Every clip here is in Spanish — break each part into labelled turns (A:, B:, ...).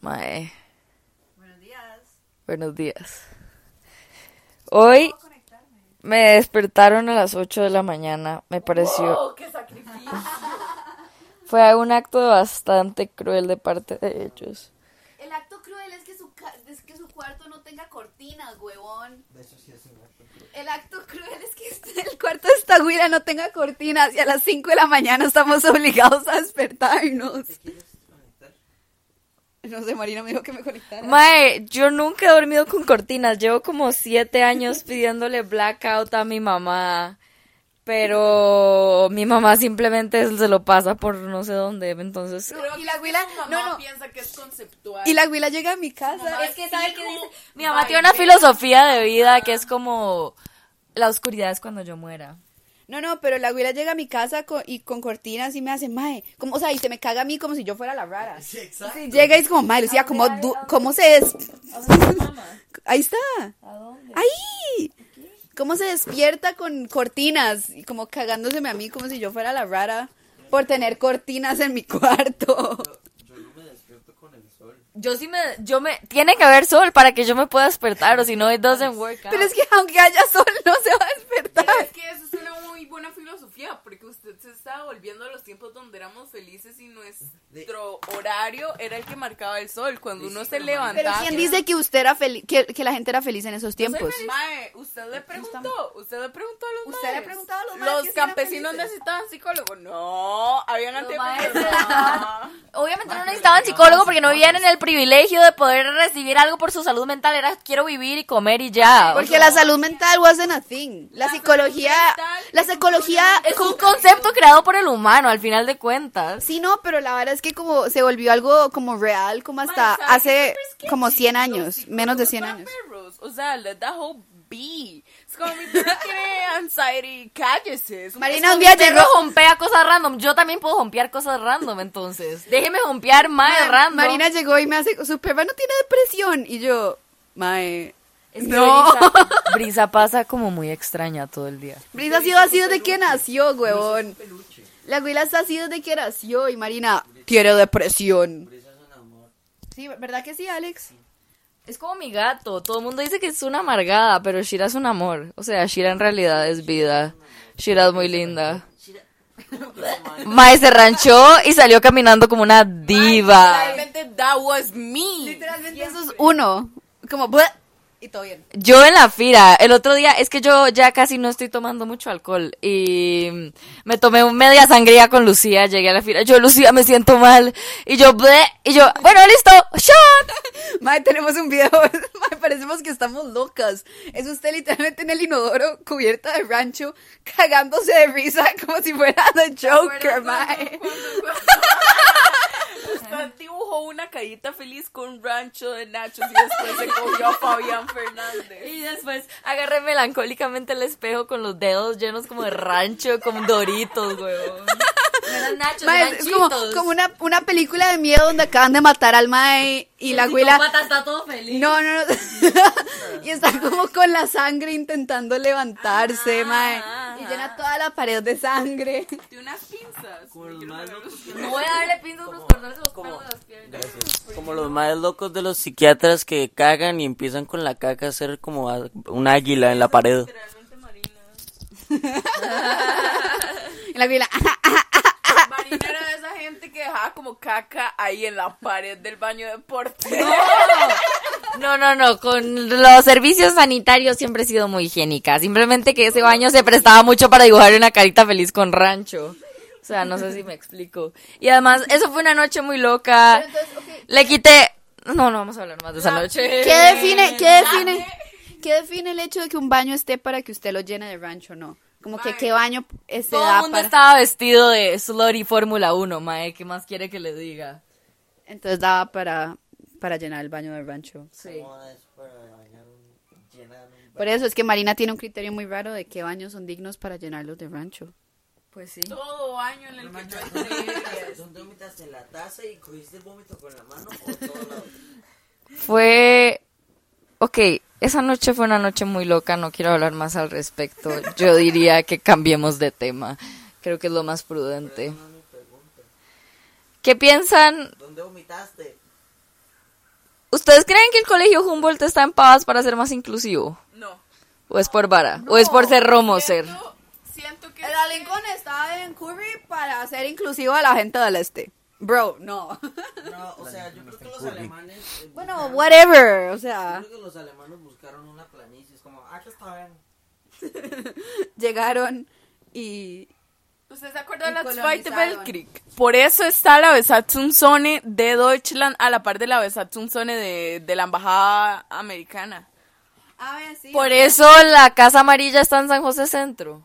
A: Mae,
B: Buenos días.
A: buenos días. Hoy me despertaron a las 8 de la mañana. Me pareció.
B: Oh, qué sacrificio.
A: Fue un acto bastante cruel de parte de ellos.
B: El acto cruel es que su ca- es que su cuarto no tenga cortinas, huevón.
C: De hecho, sí es un acto cruel.
B: El acto cruel es que este, el cuarto de esta güira no tenga cortinas y a las 5 de la mañana estamos obligados a despertarnos.
C: ¿Te quieres conectar?
B: No sé, Marina me dijo que me conectara.
A: Mae, yo nunca he dormido con cortinas. Llevo como siete años pidiéndole blackout a mi mamá. Pero mi mamá simplemente se lo pasa por no sé dónde. Entonces,
B: y la güila, no, no.
D: piensa que es conceptual.
B: Y la güila llega a mi casa.
A: Es que sabe que dice, mi mamá tiene una filosofía de vida que es como la oscuridad es cuando yo muera.
B: No, no, pero la güila llega a mi casa co- y con cortinas y me hace, mae. Como, o sea, y se me caga a mí como si yo fuera la rara.
C: Sí, exacto.
B: Y llega y es como, mae, Lucía, ¿cómo, du- ¿cómo se es? Ahí está. ¡Ahí! ¿Cómo se despierta con cortinas? Y como cagándoseme a mí como si yo fuera la rara por tener cortinas en mi cuarto.
C: Yo, yo no me despierto con el sol.
A: Yo sí me, yo me, tiene que haber sol para que yo me pueda despertar o si no it doesn't work out.
B: Pero es que aunque haya sol, no se va a despertar.
D: Es que eso es una muy buena filosofía, porque usted se está volviendo a los tiempos donde éramos felices y nuestro horario era el que marcaba el sol, cuando uno se
B: Pero
D: levantaba.
B: ¿quién dice que usted era feliz, que, que la gente era feliz en esos tiempos?
D: Mae, usted le preguntó, usted le preguntó a los
B: Usted le
D: maes?
B: preguntó a los maes
D: Los
B: que si eran
D: campesinos
B: felices.
D: necesitaban psicólogo. No, habían
A: maes.
D: antepasados. No.
A: Obviamente no necesitaban psicólogo porque no vivían en
B: pues
A: el privilegio de poder recibir algo por su salud mental. Era quiero vivir y comer y ya.
B: Porque la salud mental wasn't a thing. La,
D: La
B: psicología,
D: salud mental
B: la
D: es un
B: psicología
A: es un concepto creado por el humano al final de cuentas.
B: Sí, no, pero la verdad es que como se volvió algo como real, como hasta
D: Mae, ¿sabe
B: hace
D: qué? Pero es que
B: como
D: sí,
B: 100
D: los
B: años,
D: psicólogos
B: menos de 100
D: son
B: años.
D: perros, O sea, let that whole be. Es como mi perro tiene anxiety, cállese. es un-
B: Marina un día llegó...
A: Perro jompea cosas random. Yo también puedo jompear cosas random, entonces. Déjeme jompear más
B: Mae,
A: random.
B: Marina llegó y me hace, su perra no tiene depresión. Y yo, mae,
A: Es que
B: no.
A: Brisa, Brisa pasa como muy extraña todo el día.
B: Brisa ha sido así desde que nació, huevón.
C: Peluche.
B: La güila está así desde que nació y Marina tiene depresión.
C: Brisa es un amor.
B: Sí, ¿verdad que sí, Alex?
A: Es como mi gato. Todo el mundo dice que es una amargada, pero Shira es un amor. O sea, Shira en realidad es vida. Shira es muy linda. Mae se ranchó y salió caminando como una diva.
D: Literalmente, that was me.
B: Literalmente eso es uno. Como, "Buah", y todo bien.
A: Yo en la fira, el otro día, es que yo ya casi no estoy tomando mucho alcohol y me tomé un media sangría con Lucía, llegué a la fira, yo Lucía me siento mal y yo, "Bleh", y yo, bueno, listo, shot.
B: Mae, tenemos un video. Mae, parecemos que estamos locas. Es usted literalmente en el inodoro, cubierta de rancho, cagándose de risa como si fuera The Joker, mae.
D: Usted dibujó una carita feliz con rancho de nachos y después se cogió a Fabián Fernández.
A: Y después agarré melancólicamente el espejo con los dedos llenos como de rancho, como doritos, huevón. No eran nachos,
B: Mae,
A: eran
B: es como,
A: Cheetos.
B: como una, una película de miedo donde acaban de matar al mae y la
A: El
B: abuela.
A: psicópata está todo feliz.
B: No, no, no. y está como con la sangre intentando
A: Ah.
B: levantarse, mae. Y llena toda la pared de sangre.
D: De unas pinzas.
C: Como los más locos.
A: No voy a darle pinzas por cortarse los pelos de las piernas.
E: Como los más locos de los psiquiatras que cagan y empiezan con la caca a ser como a- un águila en la pared.
D: Literalmente Marina.
B: Y la abuela. "Ah,
D: Marina era de esa gente que dejaba como caca ahí en la pared del baño deportivo.
A: No, no, no, con los servicios sanitarios siempre he sido muy higiénica. Simplemente que ese baño se prestaba mucho para dibujar una carita feliz con rancho. O sea, no sé si me explico. Y además, eso fue una noche muy loca. Le quité... No, no vamos a hablar más de esa noche.
B: Ah, ¿Qué define, qué define,
A: Ah.
B: qué define el hecho de que un baño esté para que usted lo llene de rancho o no? Como que qué baño eh, se
A: Todo
B: da
A: el mundo
B: para.
A: estaba vestido de Slurry Fórmula 1, mae. ¿Qué más quiere que le diga?
B: Entonces daba para, para llenar el baño de rancho.
A: Sí.
C: Moda es para bañar un- llenar un
B: Por eso es que Marina tiene un criterio muy raro de qué baños son dignos para llenarlos de rancho.
A: Pues sí.
D: Todo baño en el que yo entré.
C: baño. Son vómitas en la taza y cogiste el vómito con la mano o todo lado.
A: Fue... Ok, esa noche fue una noche muy loca, no quiero hablar más al respecto. Yo diría que cambiemos de tema. Creo que es lo más prudente.
C: No me pregunto.
A: ¿Qué piensan?
C: ¿Dónde vomitaste?
A: ¿Ustedes creen que el colegio Humboldt está en paz para ser más inclusivo?
D: No.
A: ¿O es por vara? ¿O es por ser romo ser?
D: Siento, siento que.
B: El Lincoln está en Curry para ser inclusivo a la gente del este. Bro, no.
C: No, Ah, o sea, yo creo que los alemanes. eh,
B: Bueno, whatever, o sea,
C: Creo que los alemanes buscaron una planicie. Es como, aquí está bien.
B: llegaron y...
D: ¿Usted se acuerda de la
B: Y
D: Zweite
B: colonizaron.
D: Weltkrieg? Por eso está la Besatzungszone de Deutschland a la par de la Besatzungszone de, de la embajada americana.
B: A ver, sí.
A: Por eso la Casa Amarilla está en San José Centro.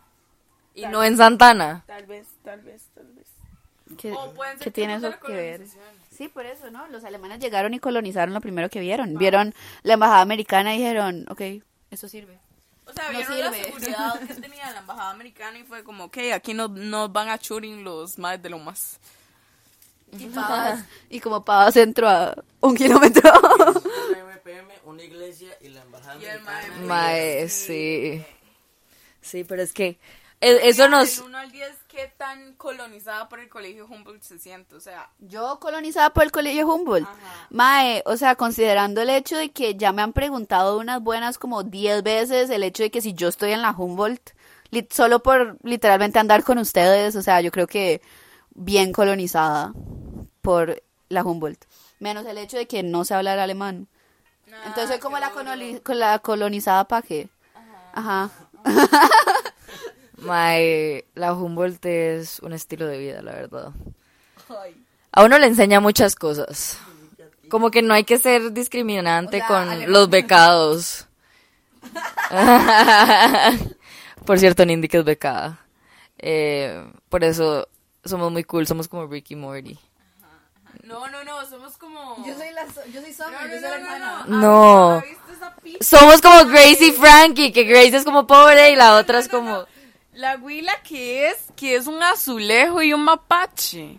A: Y no en Santana.
D: Tal vez, tal vez, tal vez.
B: ¿Qué,
D: O pueden ser
B: qué tiene
D: fruto de
B: eso
D: la
B: que ver?
D: colonización.
B: Sí, por eso, ¿no? Los alemanes llegaron y colonizaron lo primero que vieron. Vieron la embajada americana y dijeron, ok, eso sirve.
D: O sea,
B: No
D: vieron la
B: sirve.
D: seguridad que tenía la embajada americana y fue como, ok, aquí nos, nos van a churin los más de lo más.
B: Y como Pava Centro a un kilómetro.
C: Una MPM, una iglesia y la embajada
D: Y el
C: americana.
A: Mae, sí. Sí, pero es que eh, eso nos...
D: Del 1 al 10, ¿qué tan colonizada por el colegio Humboldt se siente? O sea,
B: Yo colonizada por el colegio Humboldt.
D: Ajá.
B: Mae, o sea, considerando el hecho de que ya me han preguntado unas buenas como 10 veces el hecho de que si yo estoy en la Humboldt, li- solo por literalmente andar con ustedes, o sea, yo creo que bien colonizada por la Humboldt. Menos el hecho de que no sé hablar alemán. Entonces soy como la, coloni- con la colonizada pa' qué. Ajá.
A: Mae, la Humboldt es un estilo de vida, la verdad. A uno le enseña muchas cosas. Como que no hay que ser discriminante
B: Hola,
A: con
B: alemán.
A: los becados. por cierto, Nindy que es becada. Eh, por eso somos muy cool, somos como Ricky Morty.
D: No, no, no, somos como...
B: la, yo soy
D: No, no, no, no,
A: No.
D: Ah, ¿viste esa pi-
A: Somos como Gracie y Frankie, que Gracie es como pobre y la otra es
D: No, no,
A: como...
D: no. La huila que es, que es un azulejo y un mapache.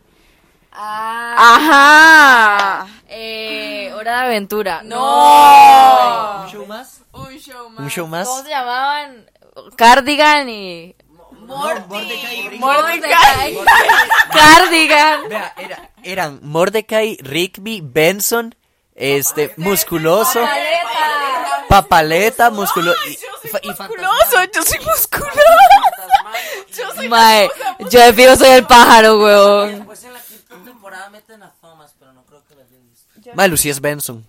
D: Ajá.
A: Eh, hora de aventura.
D: No.
F: ¿Un show más?
D: Oh. Un show más.
F: ¿Un show más?
A: ¿Cómo se llamaban? Cardigan y...
F: No, Mordecai y Rigby.
A: Mordecai. Cardigan.
F: Vea, era- eran Mordecai, Rigby, Benson, este, musculoso, papaleta, musculoso y, y
D: Musculoso, yo soy musculosa. Yo soy
A: Mae, yo de fijo soy el pájaro, weón.
C: Después pues en la quinta temporada meten a Thomas, pero no creo que la hayan visto.
F: fantasma. Ma, Lucía es Benson.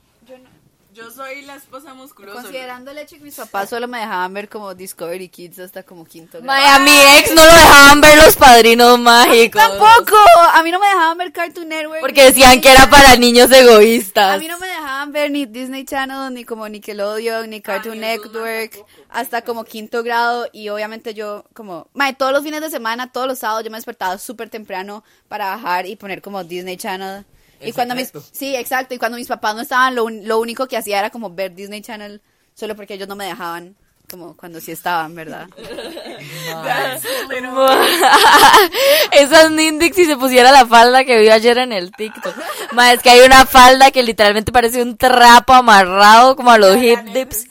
D: Yo soy la esposa musculosa.
B: Considerando el hecho que mis papás solo me dejaban ver como Discovery Kids hasta como quinto grado.
A: Mae, a mi ex no lo dejaban ver los padrinos mágicos.
B: Tampoco, a mí no me dejaban ver Cartoon Network.
A: Porque
B: ni
A: decían
B: Disney
A: que era para niños
B: Channel. A
A: egoístas.
B: mí no me dejaban ver ni Disney Channel, ni como Nickelodeon, Ah, ni Cartoon Network, hasta como quinto grado. Y obviamente yo, como, mae, todos los fines de semana, todos los sábados, yo me despertaba súper temprano para bajar y poner como Disney Channel. Y cuando mis,
F: secreto.
B: sí, exacto. Y cuando mis papás no estaban, lo, un- lo único que hacía era como ver Disney Channel, solo porque ellos no me dejaban, como cuando sí estaban, ¿verdad?
A: Esa es Nindix si se pusiera la falda que vi ayer en el TikTok. Mae, es que hay una falda que literalmente parece un trapo amarrado como a los hip dips.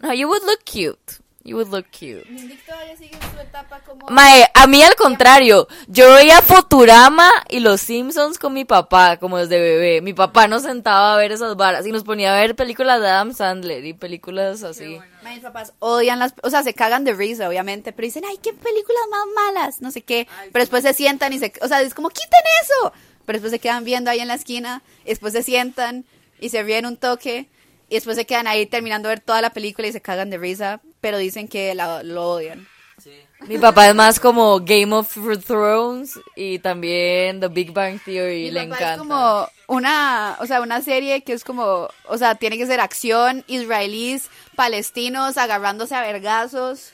A: No, you would look cute. You would look cute.
B: Victoria sigue en su etapa como...
A: Mae, a mí al contrario, yo veía Futurama y Los Simpsons con mi papá, como desde bebé. Mi papá nos sentaba a ver esas varas y nos ponía a ver películas de Adam Sandler y películas así.
B: Mis papás odian las, o sea, se cagan de risa, obviamente, pero dicen, ay, qué películas más malas, no sé qué, pero después se sientan y se, o sea, es como, quiten eso, pero después se quedan viendo ahí en la esquina, y después se sientan y se ríen un toque, y después se quedan ahí terminando de ver toda la película y se cagan de risa, pero dicen que la- lo odian.
C: Sí.
A: Mi papá es más como Game of Thrones y también The Big Bang Theory, le encanta.
B: Es como una, o sea, una serie que es como, o sea, tiene que ser acción, israelíes, palestinos agarrándose a vergazos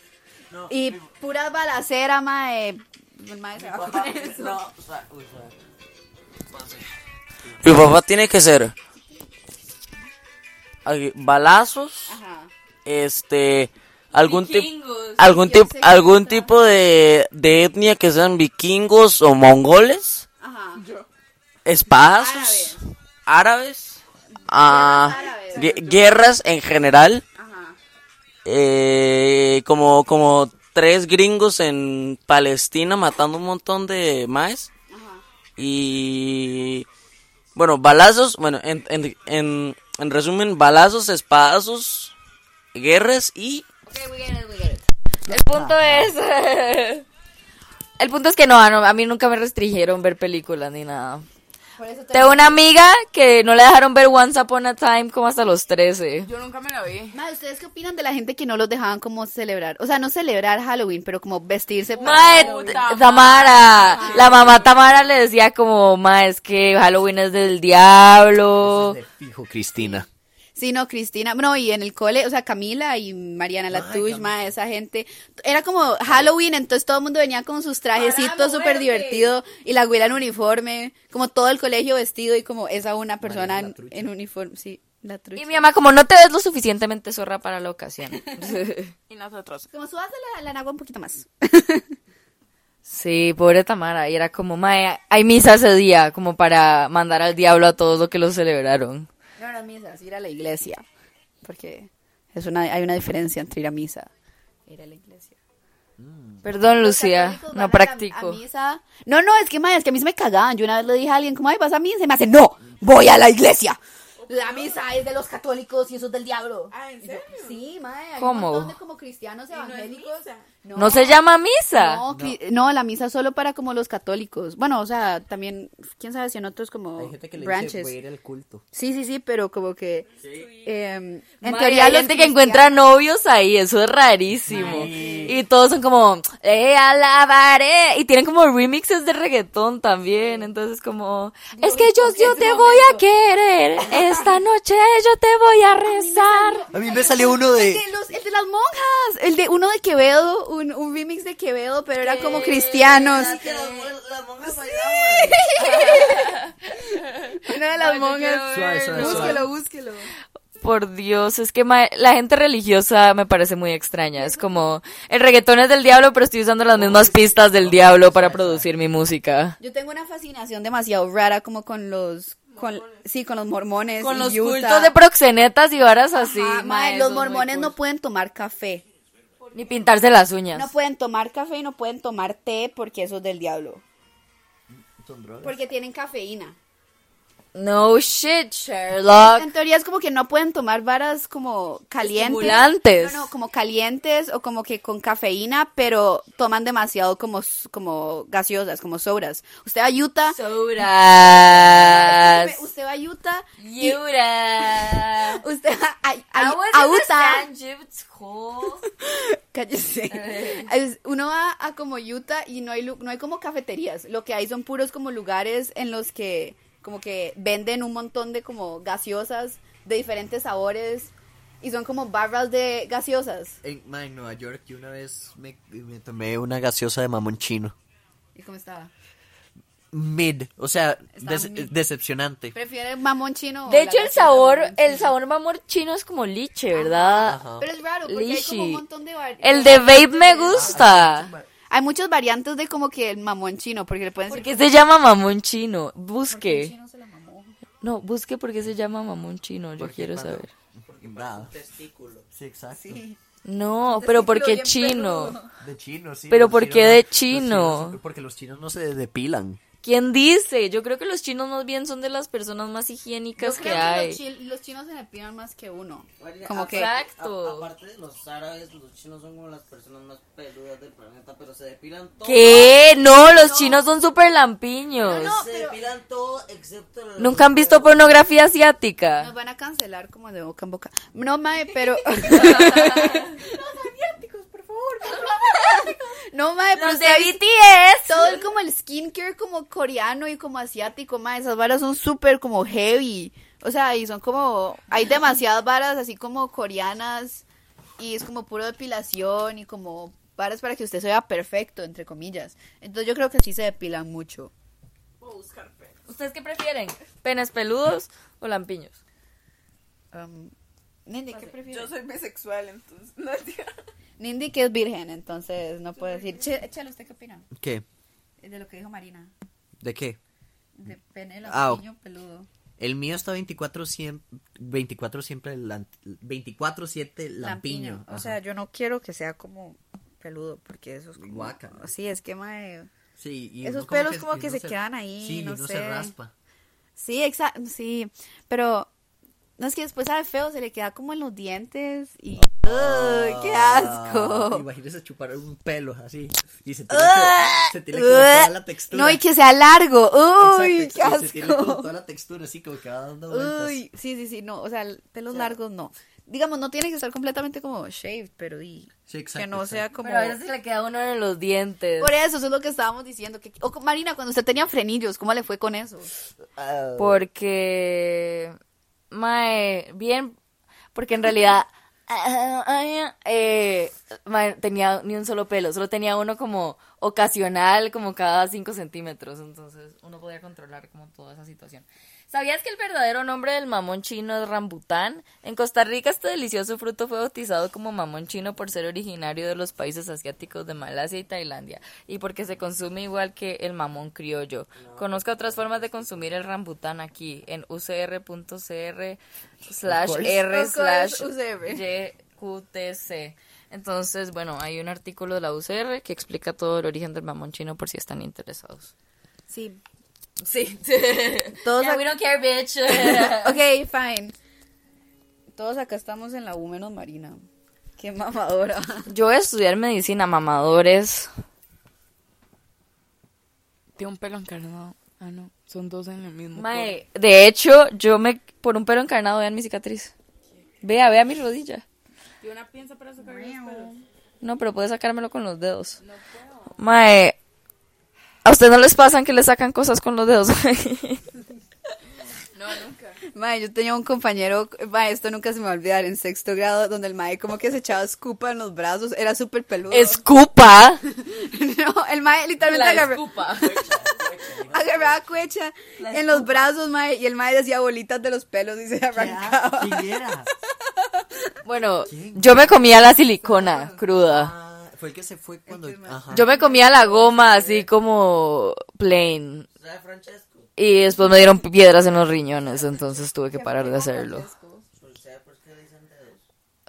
B: y pura balacera, mae. El mae se va con eso.
C: No, o sea, uy, o sea,
E: Mi papá tiene que ser ay, balazos,
B: Ajá.
E: este, algún tipo, algún tipo, algún tipo de, de etnia que sean vikingos o mongoles,
B: Ajá.
E: espadazos, árabes, ah,
B: árabes.
E: gue- guerras en general,
B: Ajá.
E: eh, como, como tres gringos en Palestina matando un montón de maes y Bueno, balazos, bueno, en, en, en, en resumen, balazos, espadazos, guerras y...
A: El punto
B: Ah.
A: es. El punto es que no, a no- a mí nunca me restringieron ver películas ni nada. Tengo una amiga que no le dejaron ver Once Upon a Time como hasta los 13.
D: Yo nunca me la vi.
B: Madre, ¿ustedes qué opinan de la gente que no los dejaban como celebrar? O sea, no celebrar Halloween, pero como vestirse
A: Mae, t- Tamara, la mamá Tamara le decía como, mae, es que Halloween es del
B: Oh.
A: diablo.
F: Fijo, Cristina.
B: Sí, no, Cristina, no, y en el cole, o sea, Camila y Mariana Latush, ma, esa gente, era como Halloween, entonces todo el mundo venía con sus trajecitos súper divertido y la güera en uniforme, como todo el colegio vestido y como esa una persona en, en uniforme, sí, la trucha.
A: Y mi mamá como, no te ves lo suficientemente zorra para la ocasión.
D: Y nosotros.
B: Como subas la, la nagua un poquito más.
A: Sí, pobre Tamara, y era como, mae, hay misa ese día, como para mandar al diablo a todos los que lo celebraron.
B: no era misa, ir a la iglesia, porque es una, hay una diferencia entre ir a misa e ir a la iglesia.
A: Perdón,
B: Los
A: Lucía,
B: católicos van a
A: no
B: la-
A: practico.
B: a misa. No, no, es que madre, es que a mí se me cagaban. Yo una vez le dije a alguien, como, ay, vas a misa. Y me hace, no, voy a la iglesia. La misa es de los católicos y eso es del diablo.
D: Ah, ¿en
B: Y yo,
D: serio?
B: sí, madre. Hay
A: ¿Cómo?
B: Un montón de como cristianos
D: no es
B: evangélicos.
D: misa.
A: No, se llama misa.
B: No, cri- no, la misa es solo para como los católicos. Bueno, o sea, también, quién sabe si en otros como branches.
F: al culto.
B: Sí, sí, sí, pero como que. em, en
A: Madre,
B: teoría,
A: hay
B: los
A: gente que encuentra novios ahí, eso es rarísimo. Y todos son como, eh, alabaré. Y tienen como remixes de reggaetón también. Entonces como, es que yo, yo te voy a querer. Esta noche yo te voy a rezar.
F: A mí me salió uno de...
B: El de, los- el de las monjas, el de uno de Quevedo, un, un remix de Quevedo, pero era como cristianos.
C: Que las, mon- las monjas bailaban.
B: Uno de las monjas.
F: Suave, suave, suave.
B: Búsquelo, búsquelo.
A: Por Dios, es que ma- la gente religiosa me parece muy extraña. Es como, el reggaetón es del diablo, pero estoy usando las mismas pistas del diablo para producir mi música.
B: Yo tengo una fascinación demasiado rara como con los con, sí, con los mormones
A: Con
B: y
A: los
B: Utah.
A: cultos de proxenetas y varas así. ma,
B: Ajá, mae,
A: eso
B: los
A: es muy
B: mormones
A: cool.
B: no pueden tomar café.
A: Ni pintarse las uñas.
B: No pueden tomar café y no pueden tomar té porque eso es del diablo. Porque tienen cafeína.
A: No shit, Sherlock.
B: En teoría es como que no pueden tomar varas como calientes.
A: Estimulantes.
B: No, no, como calientes o como que con cafeína, pero toman demasiado como, s- como gaseosas, como sobras. Usted va a Utah.
A: Sobras.
B: Escúcheme, Usted va a Utah. y-
A: Yura.
B: Usted va a, a-
A: I
B: a
A: was
B: Utah.
A: in the Sanjib's hall.
B: Cállese. Es- Uno va a como Utah y no hay, lu- no hay como cafeterías. Lo que hay son puros como lugares en los que como que venden un montón de como gaseosas de diferentes sabores y son como barras de gaseosas.
F: En, ma, en Nueva York yo una vez me, me tomé una gaseosa de mamón chino.
B: ¿Y cómo estaba?
F: Mid, o sea,
B: Estaba
F: des-
B: mid.
F: decepcionante.
B: ¿Prefiere mamón chino? o
A: De
B: la
A: hecho, el
B: gaseosa
A: sabor,
B: mamón
A: el
B: chino?
A: sabor mamor chino es como liche, ¿verdad?
B: Pero es raro porque hay como un
A: Lishi.
B: montón de bar-
A: El de vape me gusta.
B: Hay muchos variantes de como que el mamón chino porque le pueden decir
A: Porque se llama mamón chino. Busque. No, busque porque se llama mamón chino. Yo quiero saber.
F: Nada.
C: Testículo.
F: Sí, exacto.
A: No, pero porque chino.
F: De chino, sí.
A: Pero
F: los
A: ¿por
F: chinos
A: qué
F: no-
A: de
F: los
A: chino?
F: chinos- porque los chinos no se depilan.
A: ¿Quién dice? Yo creo que los chinos más bien son de las personas más
B: Yo
A: higiénicas que
B: creo que
A: hay.
B: los, chi- los chinos se depilan más que uno. Como que
A: Exacto.
C: A- aparte de los árabes, los chinos son como las personas más peludas del planeta, pero se depilan todo.
A: ¿Qué? No, los chinos son súper lampiños.
C: se depilan todo excepto los
A: Nunca han visto pornografía asiática.
B: Nos van a cancelar como de boca en boca. No, mae, pero. los asiáticos, por favor. No, mae, pero.
A: Los de
B: ustedes-
A: BTS.
B: Todo el como el skincare como coreano y como asiático, mae. Esas varas son súper como heavy. O sea, y son como. Hay demasiadas varas así como coreanas. Y es como puro depilación y como varas para que usted se vea perfecto, entre comillas. Entonces yo creo que sí se depilan mucho.
A: ¿Ustedes qué prefieren? ¿Penes peludos o lampiños?
B: Um, Nindi, ¿qué prefieres?
D: Yo soy bisexual, entonces. No, tía.
B: Nindy que es virgen, entonces no puede decir. Che, Chelo, ¿usted qué opina?
F: ¿Qué?
B: De lo que dijo Marina.
F: ¿De qué?
B: De pene
F: Ah, ok.
B: peludo.
F: El mío está 24 siempre, 24 siempre, lan- 24 7 lampiño.
B: O
F: Ajá.
B: sea, yo no quiero que sea como peludo, porque eso es como.
F: Guácala.
B: Sí, es que mae.
F: sí, y
B: esos
F: uno como
B: pelos como que
F: uno
B: se quedan ahí,
F: Sí,
B: no
F: uno
B: sé.
F: se raspa.
B: Sí, exacto, sí, pero no es que después sabe feo, se le queda como en los dientes y ¡Ugh, qué
F: Ah,
B: asco.
F: Imagínese chupar un pelo así. Y se tiene que, se tiene que notar la textura.
B: No, y que sea largo. Uy,
F: Exacto, y Se
B: qué
F: tiene que
B: asco.
F: notar la textura, así como que va dando vueltas.
B: Uy, sí, sí, sí, no, o sea, el- pelos largos no. Digamos, no tiene que estar completamente como shaved, pero y
F: Sí, exacto,
B: que no sea
F: exacto.
B: como...
A: Pero a veces le queda uno en los dientes.
B: Por eso, eso es lo que estábamos diciendo. Que... o, Marina, cuando usted tenía frenillos, ¿cómo le fue con eso? ah.
A: Porque. Mae, bien. Porque en realidad. eh, mae, tenía ni un solo pelo, solo tenía uno como ocasional, como cada 5 centímetros. Entonces uno podía controlar como toda esa situación. ¿Sabías que el verdadero nombre del mamón chino es rambután? En Costa Rica este delicioso fruto fue bautizado como mamón chino por ser originario de los países asiáticos de Malasia y Tailandia y porque se consume igual que el mamón criollo. Conozca otras formas de consumir el rambután aquí en ucr.cr slash r
B: Of course,
A: slash
B: UCR.
A: YQTC. Entonces, bueno, hay un artículo de la UCR que explica todo el origen del mamón chino por si están interesados.
B: Sí.
A: Sí.
B: Todos
A: Yeah,
B: ac-
A: we don't care, bitch.
B: ok, fine. Todos acá estamos en la U menos Marina. Qué mamadora.
A: Yo voy a estudiar medicina, mamadores.
D: Tiene un pelo encarnado. Ah, no. Son dos en el mismo.
A: Mae, de hecho, yo me. Por un pelo encarnado, vean mi cicatriz. Vea, vea mi rodilla.
D: Tiene una pinza para sacar los pelos.
A: No, pero puede sacármelo con los dedos. Mae. A usted no les pasan que le sacan cosas con los dedos.
B: Mae, yo tenía un compañero, mae, esto nunca se me va a olvidar, en sexto grado, donde el mae como que se echaba escupa en los brazos, era súper peludo.
A: Escupa.
B: No, el mae literalmente agarra- agarraba cuecha en los brazos, mae, y el mae decía bolitas de los pelos y se arrancaba.
F: ¿Quién era?
A: Bueno, yo me comía la silicona cruda.
F: Ah, fue el que se fue cuando. Ajá.
A: Yo me comía la goma así como plain.
C: ¿Sabe Francesco?
A: Y después me dieron piedras en los riñones, entonces tuve que parar de hacerlo.
C: ¿Sabe por qué le dicen dedos?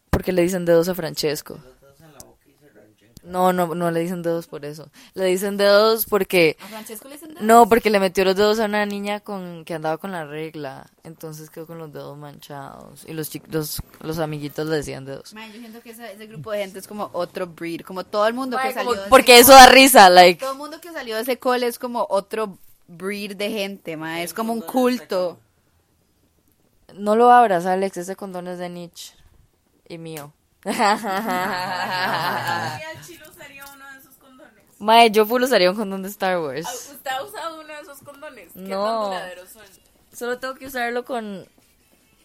A: Porque le dicen dedos a Francesco.
C: Los dedos en la boca y se ranchan.
A: No, no, no le dicen dedos por eso. Le dicen dedos porque...
B: Francesco le dicen
A: No, porque le metió los dedos a una niña con que andaba con la regla. Entonces quedó con los dedos manchados. Y los chicos, los, los amiguitos le decían dedos.
B: Mae, yo siento que ese, ese grupo de gente es como otro breed, como todo el mundo que salió. de ese-
A: Porque eso da risa, like...
B: Todo el mundo que salió de ese cole es como otro breed de gente, mae, es como un culto.
A: No lo abras, Alex, ese condón es de Nietzsche. Y mío.
D: Ah. al chilo usaría uno de esos condones.
A: Mae, yo full usaría un condón de Star
D: Ah,
A: Wars.
D: ¿Usted ha usado uno de esos condones? ¿Qué
A: No.
D: tan duraderos son?
A: Solo tengo que usarlo con,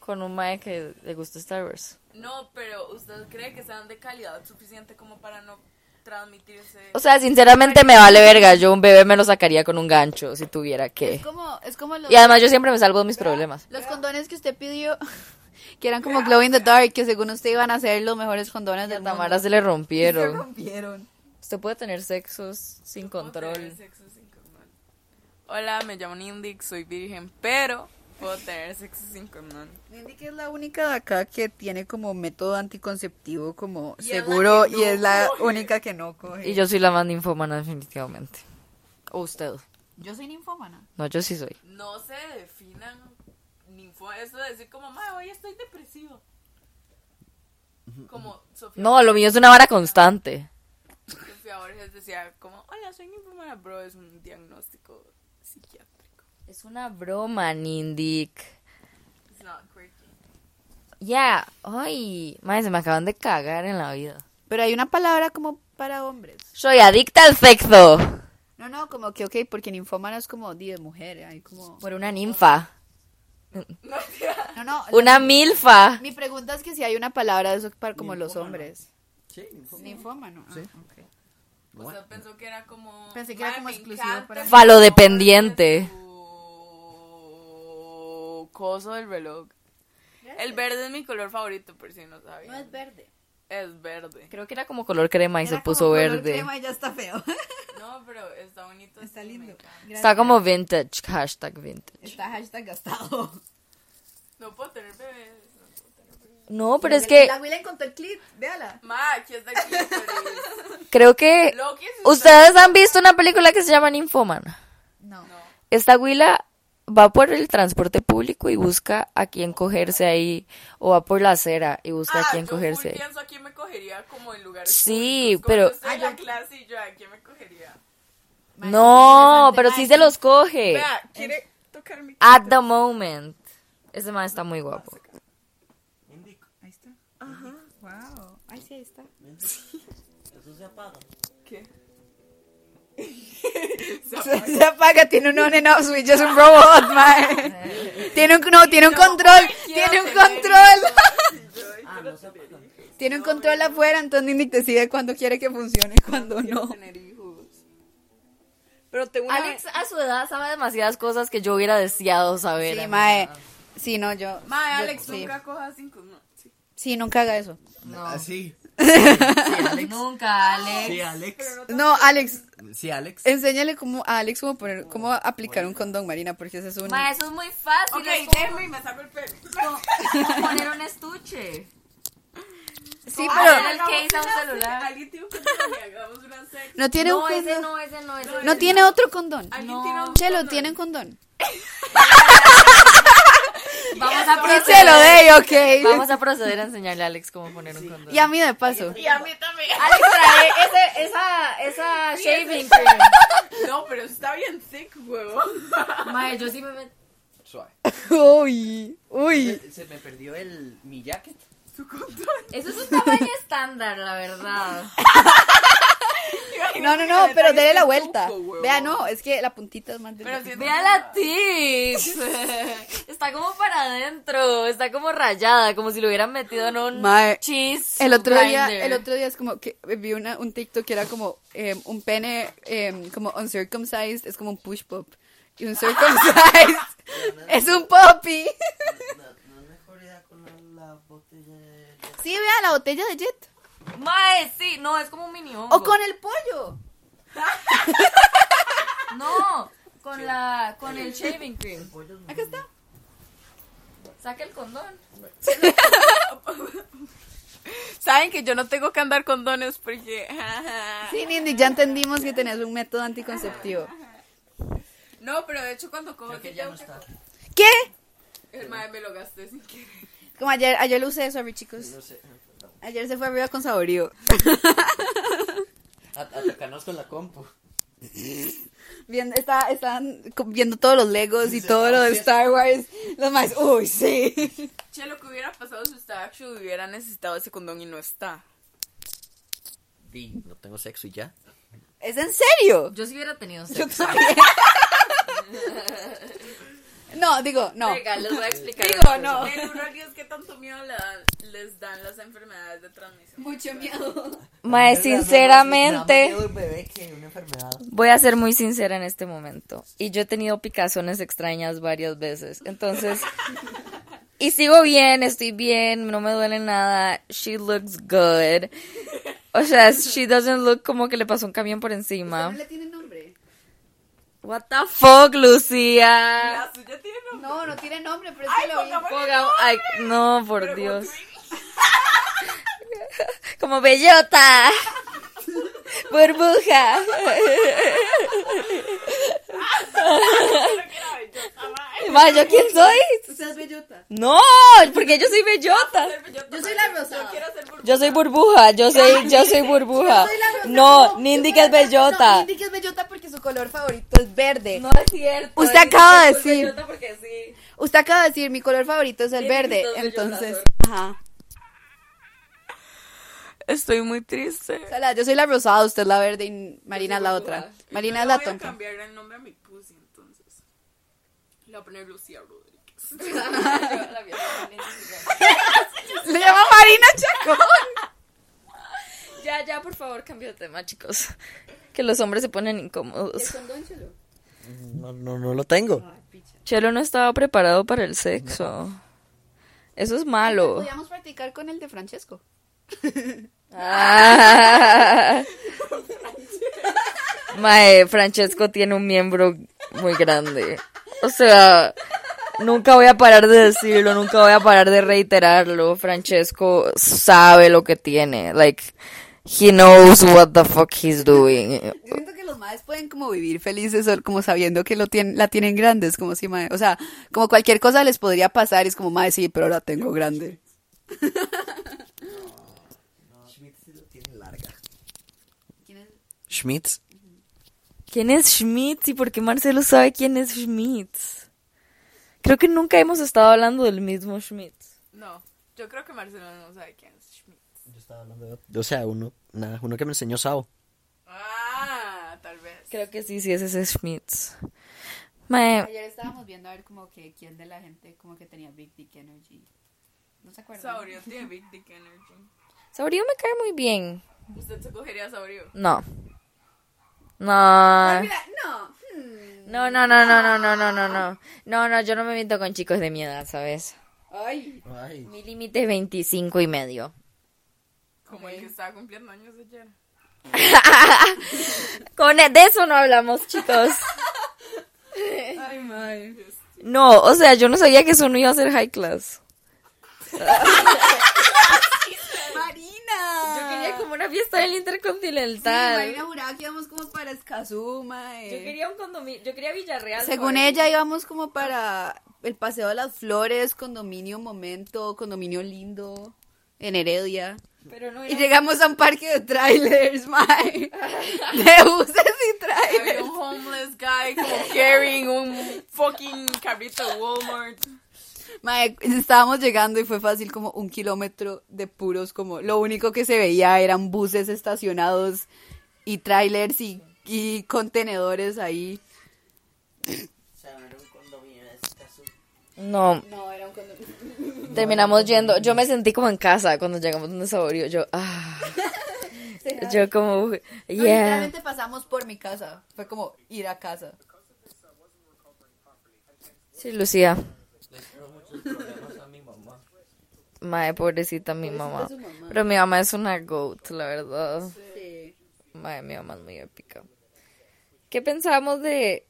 A: con un mae que le gusta Star Wars.
D: No, pero ¿usted cree que sean de calidad suficiente como para no transmitirse?
A: O sea, sinceramente me vale verga. Yo un bebé me lo sacaría con un gancho si tuviera que.
B: Es como, es como los,
A: Y además yo siempre me salvo de mis problemas.
B: los condones que usted pidió, que eran como glow in the dark, que según usted iban a ser los mejores condones
A: A
B: del mundo.
A: Tamara se le rompieron.
B: rompieron.
A: Usted puede tener sexos sin control.
D: sexo sin condón. Hola, me llamo Nindik, soy virgen, pero puedo tener sexo sin condón.
B: Lindy que es la única de acá que tiene como método anticonceptivo como
D: es la
B: seguro
D: que no
B: y es la
D: coge.
B: única que no coge.
A: Y yo soy la más ninfómana definitivamente. O usted.
B: Yo soy ninfómana.
A: No, yo sí soy.
D: No se definan ni fue eso de decir como, ma, hoy estoy depresivo. Como Sofía,
A: No, lo mío es una vara constante.
D: Sofía Borges decía como, hola, soy ninfómana, bro, es un diagnóstico psiquiátrico.
A: Es una broma, Nindic.
D: It's not quirky.
A: Ya, ay, madre, se me acaban de cagar en la vida.
B: Pero hay una palabra como para hombres.
A: Soy adicta al sexo.
B: No, no, como que ok, porque ninfómana es como di de mujer, hay como
A: Por una ninfa.
B: No, no, la-
A: Una milfa.
B: mi pregunta es que si hay una palabra de eso para como los hombres. Sí, ninfómano. Ah, ok.
D: Usted pensó que era como.
B: Pensé que era
D: "Ay,
B: como
D: me
B: exclusivo
D: encanta
B: para-
D: el
A: Falodependiente.
D: su Coso del reloj. El verde es mi color favorito, por si no sabía. No es verde. Es verde.
A: Creo que era como color crema y se
B: Era
A: puso
B: como color
A: verde.
B: crema y ya está feo.
D: No, pero está bonito.
B: está
D: sí, me
B: lindo.
D: encanta.
A: Está como vintage, hashtag vintage.
B: Está hashtag gastado.
D: No puedo tener bebés.
A: No, pero es que
B: La Willa encontró el clip, véala.
D: Ma, aquí está aquí.
A: creo que...
D: Lo que es
A: Ustedes han visto una película que se llama Ninfoman.
B: No.
A: Esta güila va por el transporte público y busca a quién cogerse ahí, o va por la acera y busca a quién
D: Ah, yo
A: cogerse
D: full
A: ahí.
D: pienso a quién me cogería como en lugares
A: Sí,
D: públicos, como
A: pero-
D: Ah, yo estoy en la clase y yo, ¿a quién me cogería?
A: No, pero sí se los coge.
D: Vea, ¿quiere tocar mi
A: At the moment. Ese man está muy guapo.
B: Ahí está. Wow. Ay, sí, ahí está.
D: ¿Qué?
B: Se, apaga, tiene un on and off switch, es un robot, mae. Tiene un, no, tiene un control, tiene un control.
C: Ah, no se apaga.
B: Tiene un control afuera, entonces Nini decide cuándo quiere que funcione y cuándo no.
D: Tener hijos. Pero tengo una...
A: Alex a su edad sabe demasiadas cosas que yo hubiera deseado saber.
B: Sí,
A: amiga.
B: mae. Sí, no, yo.
D: Mae, Ah, Alex,
B: sí.
D: nunca coja cinco. No, sí.
B: Sí, nunca haga eso.
A: No.
F: Así.
A: Nunca, Alex.
F: Sí, Alex.
B: No, Alex,
F: Sí, Alex.
B: enséñale cómo a Alex cómo poner, cómo aplicar un condón, Marina, porque ese es un.
A: Ma, eso es muy fácil.
D: Ok,
A: es como-
D: déjame y me saco el pelo.
A: como poner un estuche.
B: Sí,
A: como
B: pero
A: hacer el case a un celular.
D: Alguien tiene que que hagamos una serie.
B: no tiene un
A: No, ese
B: condón. No,
A: no, ese no, ese
B: tiene otro condón.
D: Alguien tiene un
B: Chelo,
D: condón.
B: tiene un condón.
A: Vamos a
B: Y se lo
A: proceder.
B: de, ok.
A: Vamos a proceder a enseñarle a Alex cómo poner un condón.
B: Y a mí de paso.
D: Y a mí también.
A: Alex trae ese- esa, esa shaving cream.
D: No, pero está bien sick, huevo.
A: Mae, yo sí me met-
F: Suave.
B: Uy, uy.
F: Se me perdió el mi jacket.
A: Eso es un tamaño estándar, la verdad.
B: No, no, no, pero dele la vuelta. Vea, no, es que la puntita es más delgada.
D: Pero si
A: Vea la tips. Está como para adentro, está como rayada, como si lo hubieran metido en un
B: Mae,
A: cheese.
B: El otro día,
A: grinder.
B: el otro día es como que vi una, un TikTok que era como eh, un pene eh, como uncircumcised, es como un push pop. Y un circumcised es un poppy.
C: No, no es mejor idea con la, la botella de...
B: Sí, vea la botella de Jet.
A: Mae, sí, no, es como un mini hongo.
B: O con el pollo.
A: No, con la con el shaving cream.
B: Acá está.
A: Saca el condón.
D: Saben que yo no tengo que andar con dones porque.
B: Sí, Nindy, ya entendimos que tenías un método anticonceptivo.
D: No, pero de hecho cuando cojo que ya
B: ¿Qué?
D: El mae me lo gasté sin querer.
B: Como ayer, ayer lo usé sorry, chicos. Ayer se fue arriba con saborío.
F: Atacanos con la compu.
B: Viendo, está, están co- viendo todos los Legos y todo lo de Star Wars. Los más, uy, sí.
D: Che, lo que hubiera pasado si usted actually hubiera necesitado ese condón y no está.
F: Y no tengo sexo y ya.
B: ¿Es en serio?
A: Yo sí hubiera tenido
B: Yo
A: sexo.
B: también. no, digo, no.
A: Venga, les voy a explicar.
B: Digo, no.
D: El uno al diez, ¿qué tanto miedo le dan- les dan las enfermedades de transmisión?
B: Mucho miedo.
A: Mae, sinceramente,
F: un bebé que una enfermedad.
A: voy a ser muy sincera en este momento. Y yo he tenido picazones extrañas varias veces. Entonces, y sigo bien, estoy bien, no me duele nada. She looks good. O sea, she doesn't look como que le pasó un camión por encima.
B: le tiene nombre?
A: What the fuck, Lucía.
D: La suya tiene nombre.
B: No, no tiene nombre, pero es que lo vi.
A: Ponga- ay, no, por Dios. Como bellota. Burbuja. Ma, ¿yo quién soy?
B: Tú seas bellota.
A: No, porque yo soy bellota.
B: Yo soy la rosada.
A: Yo soy burbuja, yo soy, yo soy burbuja. No, Nindy que es
B: No,
A: bellota.
B: Nindy que es bellota porque su color favorito es verde.
A: No es cierto.
B: Usted acaba de decir.
A: Bellota porque sí.
B: Usted acaba de decir, mi color favorito es el
A: Tiene
B: verde.
A: gustos
B: Entonces,
A: bellotas,
B: ajá.
D: Estoy muy triste.
B: O sea, la- yo soy la rosada, usted es la verde y Marina es la otra. Marina es la
D: voy a
B: tonta.
D: cambiar el nombre a mi pussy entonces. Le voy a poner Lucía Rodríguez.
B: Le llama Marina Chacón.
A: Ya, ya, por favor, cambio de tema, chicos. Que los hombres se ponen incómodos.
F: No, no, no lo tengo.
A: Chelo no estaba preparado para el sexo. Eso es malo.
B: Podríamos practicar con el de Francesco.
A: Ah. Mae, Francesco tiene un miembro muy grande. O sea, nunca voy a parar de decirlo, nunca voy a parar de reiterarlo. Francesco sabe lo que tiene. Like, He knows what the fuck he's doing.
B: Yo siento que los madres pueden como vivir felices o como sabiendo que lo tienen, la tienen grande. Es como si, mae, o sea, como cualquier cosa les podría pasar. Es como, mae, sí, pero la tengo grande.
E: Schmitz.
A: ¿Quién es Schmitz y por qué Marcelo sabe quién es Schmitz? Creo que nunca hemos estado hablando del mismo Schmitz.
D: No, yo creo que Marcelo no sabe quién es Schmidt.
F: Yo estaba hablando de... O sea, uno, nada, uno que me enseñó Sao.
D: Ah, tal vez.
A: Creo que sí, sí es ese Schmitz. Mae,
B: Ayer estábamos viendo a ver como que quién de la gente como que tenía Big Dick Energy. ¿No se acuerdan?
D: Saurio tiene Big Dick Energy.
A: Saurio me cae muy bien.
D: ¿Usted se cogería a Saurio?
A: No. No.
B: Mira, no. hmm.
A: No, no, no, no, no, no, no, no, no. No, no, yo no me miento con chicos de mi edad, ¿sabes?
B: Ay,
F: Ay.
A: Mi límite es 25 y medio.
D: Como el que estaba cumpliendo años ayer.
A: Con de eso no hablamos, chicos.
D: Ay, madre.
A: No, o sea, yo no sabía que eso no iba a ser high class.
B: Marina.
A: Yo quería como una fiesta del Intercontinental.
B: Marina juraba que íbamos como para Escazú, mae.
A: yo quería un condominio, yo quería Villarreal.
B: Según ella íbamos como para el Paseo de las Flores, condominio Momento, condominio lindo, en Heredia.
A: Pero no
B: Y llegamos a un parque de trailers, mae. De buses y
D: Había
B: trailers.
D: un homeless guy como carrying un fucking carrito de Walmart.
B: Mae, estábamos llegando y fue fácil como un kilómetro de puros, como lo único que se veía eran buses estacionados y trailers y, y contenedores ahí.
C: O sea, era un condominio de Escazú.
A: No,
B: No, era un condominio.
A: terminamos yendo. Yo me sentí como en casa cuando llegamos donde Saborío. Yo, ah. Yo como, yeah.
B: Literalmente pasamos por mi casa. Fue como ir a casa.
A: Sí, Lucía.
C: Le creo muchos problemas a mi mamá.
A: Mae, pobrecita mi mamá. Pero mi mamá es una goat, la verdad. Mae, mi mamá es muy épica. ¿Qué pensamos de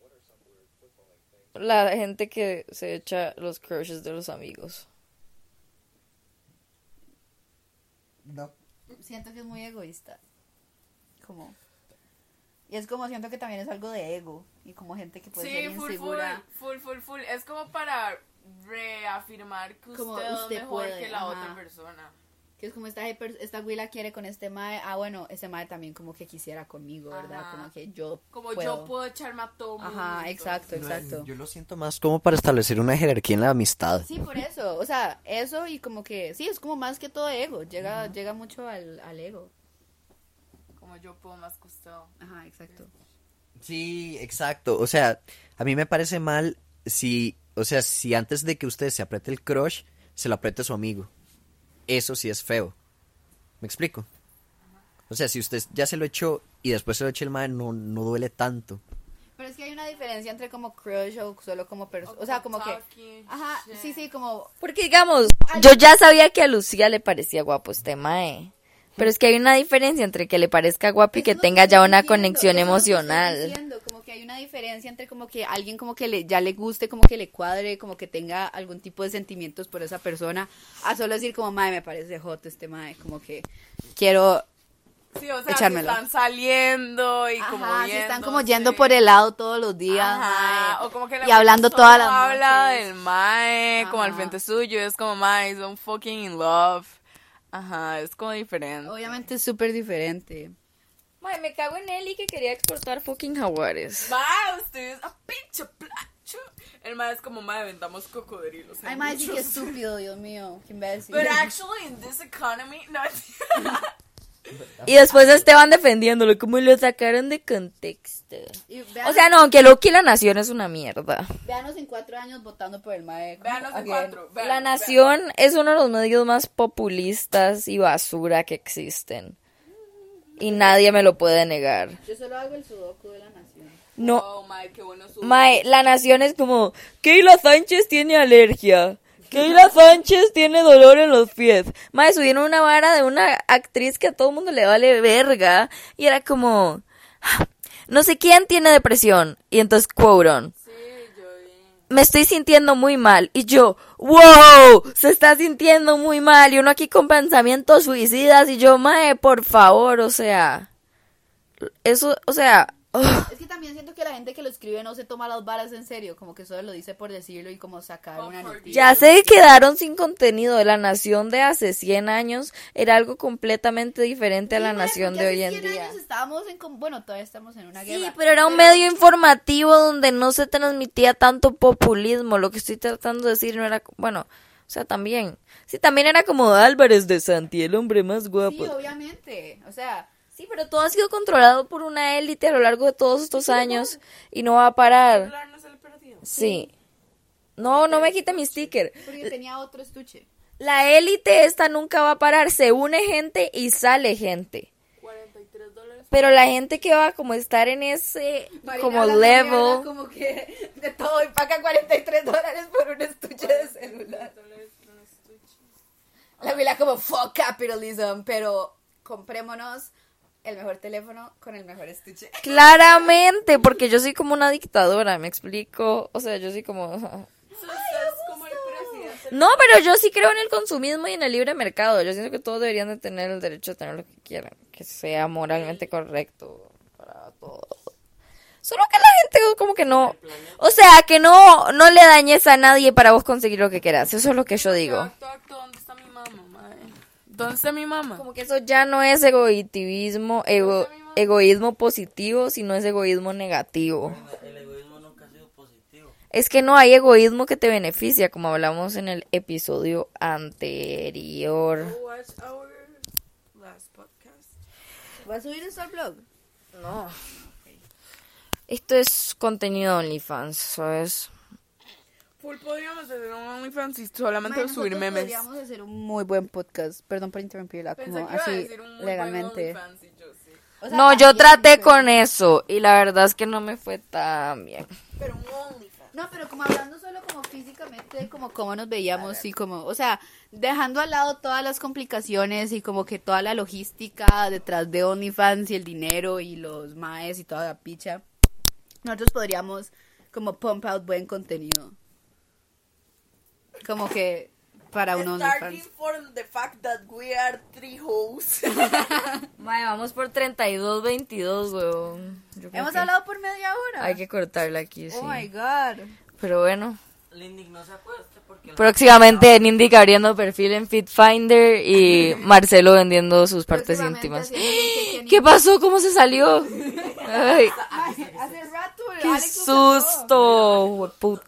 A: la gente que se echa los crushes de los amigos?
B: Siento que es muy egoísta. Como. Y es como siento que también es algo de ego. Y como gente que puede
D: Sí,
B: ser
D: full, full,
B: pues, insegura.
D: full, full, full. Es como para reafirmar que
B: Como
D: usted,
B: usted
D: es mejor
B: puede,
D: que la
B: ajá.
D: otra persona.
B: Que es como esta, hiper- esta güila quiere con este mae. Ah, bueno, este mae también como que quisiera conmigo, ¿verdad?
D: Ajá.
B: Como que yo.
D: Como yo puedo echarme a todo
B: Ajá,
D: mundo.
B: exacto, exacto.
F: Yo lo siento más como para establecer una jerarquía en la amistad.
B: Sí, por eso. O sea, eso y como que. Sí, es como más que todo ego. Llega, llega mucho al, al ego.
D: Como yo puedo más que usted.
B: Ajá, exacto.
F: Sí, exacto. O sea, a mí me parece mal si, o sea, si antes de que usted se apriete el crush, se lo apriete su amigo. Eso sí es feo. ¿Me explico? O sea, si usted ya se lo echó y después se lo echa el man, no, no duele tanto.
B: Pero es que hay una diferencia entre como crush o solo como persona. O sea, como que.
D: Talking
B: Ajá,
D: shit.
B: sí, sí, como.
A: Porque digamos, yo ya sabía que a Lucía le parecía guapo este mae. Pero es que hay una diferencia entre que le parezca guapo y que
B: Eso es lo que
A: tenga ya
B: Pues estoy
A: una
B: diciendo,
A: conexión
B: eso es lo que estoy
A: emocional.
B: diciendo, Como que hay una diferencia entre como que alguien como que le, ya le guste, como que le cuadre, como que tenga algún tipo de sentimientos por esa persona, a solo decir como, mae, me parece hot este mae, como que quiero...
D: Sí, o sea,
B: Echármela.
D: si están saliendo y como
B: Ajá, si están como
D: viéndose.
B: yendo por el lado todos los días,
D: Ajá,
B: mae,
D: o como que la
B: y hablando
D: persona
B: toda la
D: habla del mae como al
B: Ajá.
D: frente suyo, es como mae, son fucking in love. Ajá, es como diferente.
B: Obviamente es súper diferente.
A: Mae, me cago en Eli que quería exportar fucking jaguares.
D: Mae, usted es a pinche placho. El mae es como mae, vendamos cocodrilos. en
B: Ay, mae, sí
D: muchos".
B: que estúpido, Dios mío, qué imbécil.
D: But actually in this economy, no.
A: Y después Esteban defendiéndolo, como lo sacaron de contexto.
B: Y
A: O sea, no, aunque Loki la nación es una mierda.
B: véanos en cuatro años votando por el mae. como-
D: Veanos en cuatro. veanos,
A: La
D: veanos.
A: nación es uno de los medios más populistas y basura que existen. Y nadie me lo puede negar.
B: Yo solo hago el sudoku de la nación.
A: No,
D: Oh, mae, qué bueno su.
A: Mae, la nación es como, Keila Sánchez tiene alergia. Keila Sánchez tiene dolor en los pies. Mae, subieron una vara de una actriz que a todo el mundo le vale verga. Y era como, "Ah, no sé quién tiene depresión. Y entonces quoron.
D: Sí, yo vi.
A: me estoy sintiendo muy mal. Y yo, wow, se está sintiendo muy mal. Y uno aquí con pensamientos suicidas. Y yo, mae, por favor, o sea. Eso, o sea. ugh.
B: Es que también siento que la gente que lo escribe no se toma las varas en serio, como que solo lo dice por decirlo y como sacar una noticia.
A: Ya se quedaron sin contenido. La nación de hace 100 años era algo completamente diferente a la
B: Y bueno,
A: nación
B: porque
A: de
B: hace
A: hoy en
B: 100
A: día.
B: años estábamos en, con- bueno, todavía estamos en una guerra.
A: Sí, pero era un medio informativo donde no se transmitía tanto populismo. Lo que estoy tratando de decir no era, bueno, o sea, también. Sí, también era como Álvarez de Santi, el hombre más
B: Sí,
A: guapo.
B: obviamente, o sea,
A: Sí, pero todo ha sido controlado por una élite a lo largo de todos estos años y no va a parar.
D: celular no se le perdió.
A: Sí. No, no me quite mi sticker.
B: porque tenía otro estuche.
A: La élite esta nunca va a parar. Se une gente y sale gente.
D: 43 dólares.
A: Pero la gente que va a como estar en ese
B: Marina
A: como
B: hablando
A: level.
B: mierda, Como que de todo y paga 43 dólares por un estuche de celular. La vila como fuck capitalism, pero comprémonos el mejor teléfono con el mejor estuche.
A: Claramente, porque yo soy como una dictadora, me explico. O sea, yo soy como...
D: Eso es como el presidente.
A: No, pero yo sí creo en el consumismo y en el libre mercado. Yo siento que todos deberían de tener el derecho a tener lo que quieran, que sea moralmente correcto para todos. Solo que la gente como que no... O sea, que no, no le dañes a nadie para vos conseguir lo que quieras. Eso es lo que yo digo.
D: Acto, acto, ¿dónde está mi mamá, mae? ¿Dónde está mi mamá?
A: Como que eso ya no es egoísmo, ego- egoísmo positivo, sino es egoísmo negativo.
C: El egoísmo nunca ha sido positivo.
A: Es que no hay egoísmo que te beneficia, como hablamos en el episodio anterior.
D: Watch our last podcast.
B: ¿Vas a subir esto al blog?
A: Esto es contenido de OnlyFans, ¿sabes?
D: Full podríamos hacer un OnlyFans y solamente subir memes.
B: Podríamos hacer un muy buen podcast. Perdón por interrumpirla,
D: Pensé
B: como
D: que iba a
B: así
D: decir un muy
B: legalmente.
D: buen OnlyFans y yo sí.
B: O sea,
A: No, yo
B: también,
A: traté
B: pero-
A: con eso y la verdad es que no me fue tan bien.
D: Pero un OnlyFans.
B: No, pero como hablando solo como físicamente, como cómo nos veíamos y como, o sea, dejando al lado todas las complicaciones y como que toda la logística detrás de OnlyFans y el dinero y los maes y toda la picha, nosotros podríamos como pump out buen contenido. Como que para un
D: Starting
B: OnlyFans.
D: from the fact that we are three hoes.
A: Mae, vamos por 32-22, weón. Yo creo
B: Hemos
A: que
B: hablado por media hora.
A: Hay que cortarla aquí, sí.
B: Oh my god.
A: Pero bueno.
C: Lindy no se acueste porque el-
A: Próximamente Nindic abriendo perfil en FitFinder y Marcelo vendiendo sus partes
B: Próximamente
A: íntimas.
B: haciendo un
A: ¿Qué pasó? ¿Cómo se salió? Ay,
B: Hace rato,
A: ¡Qué susto! puta.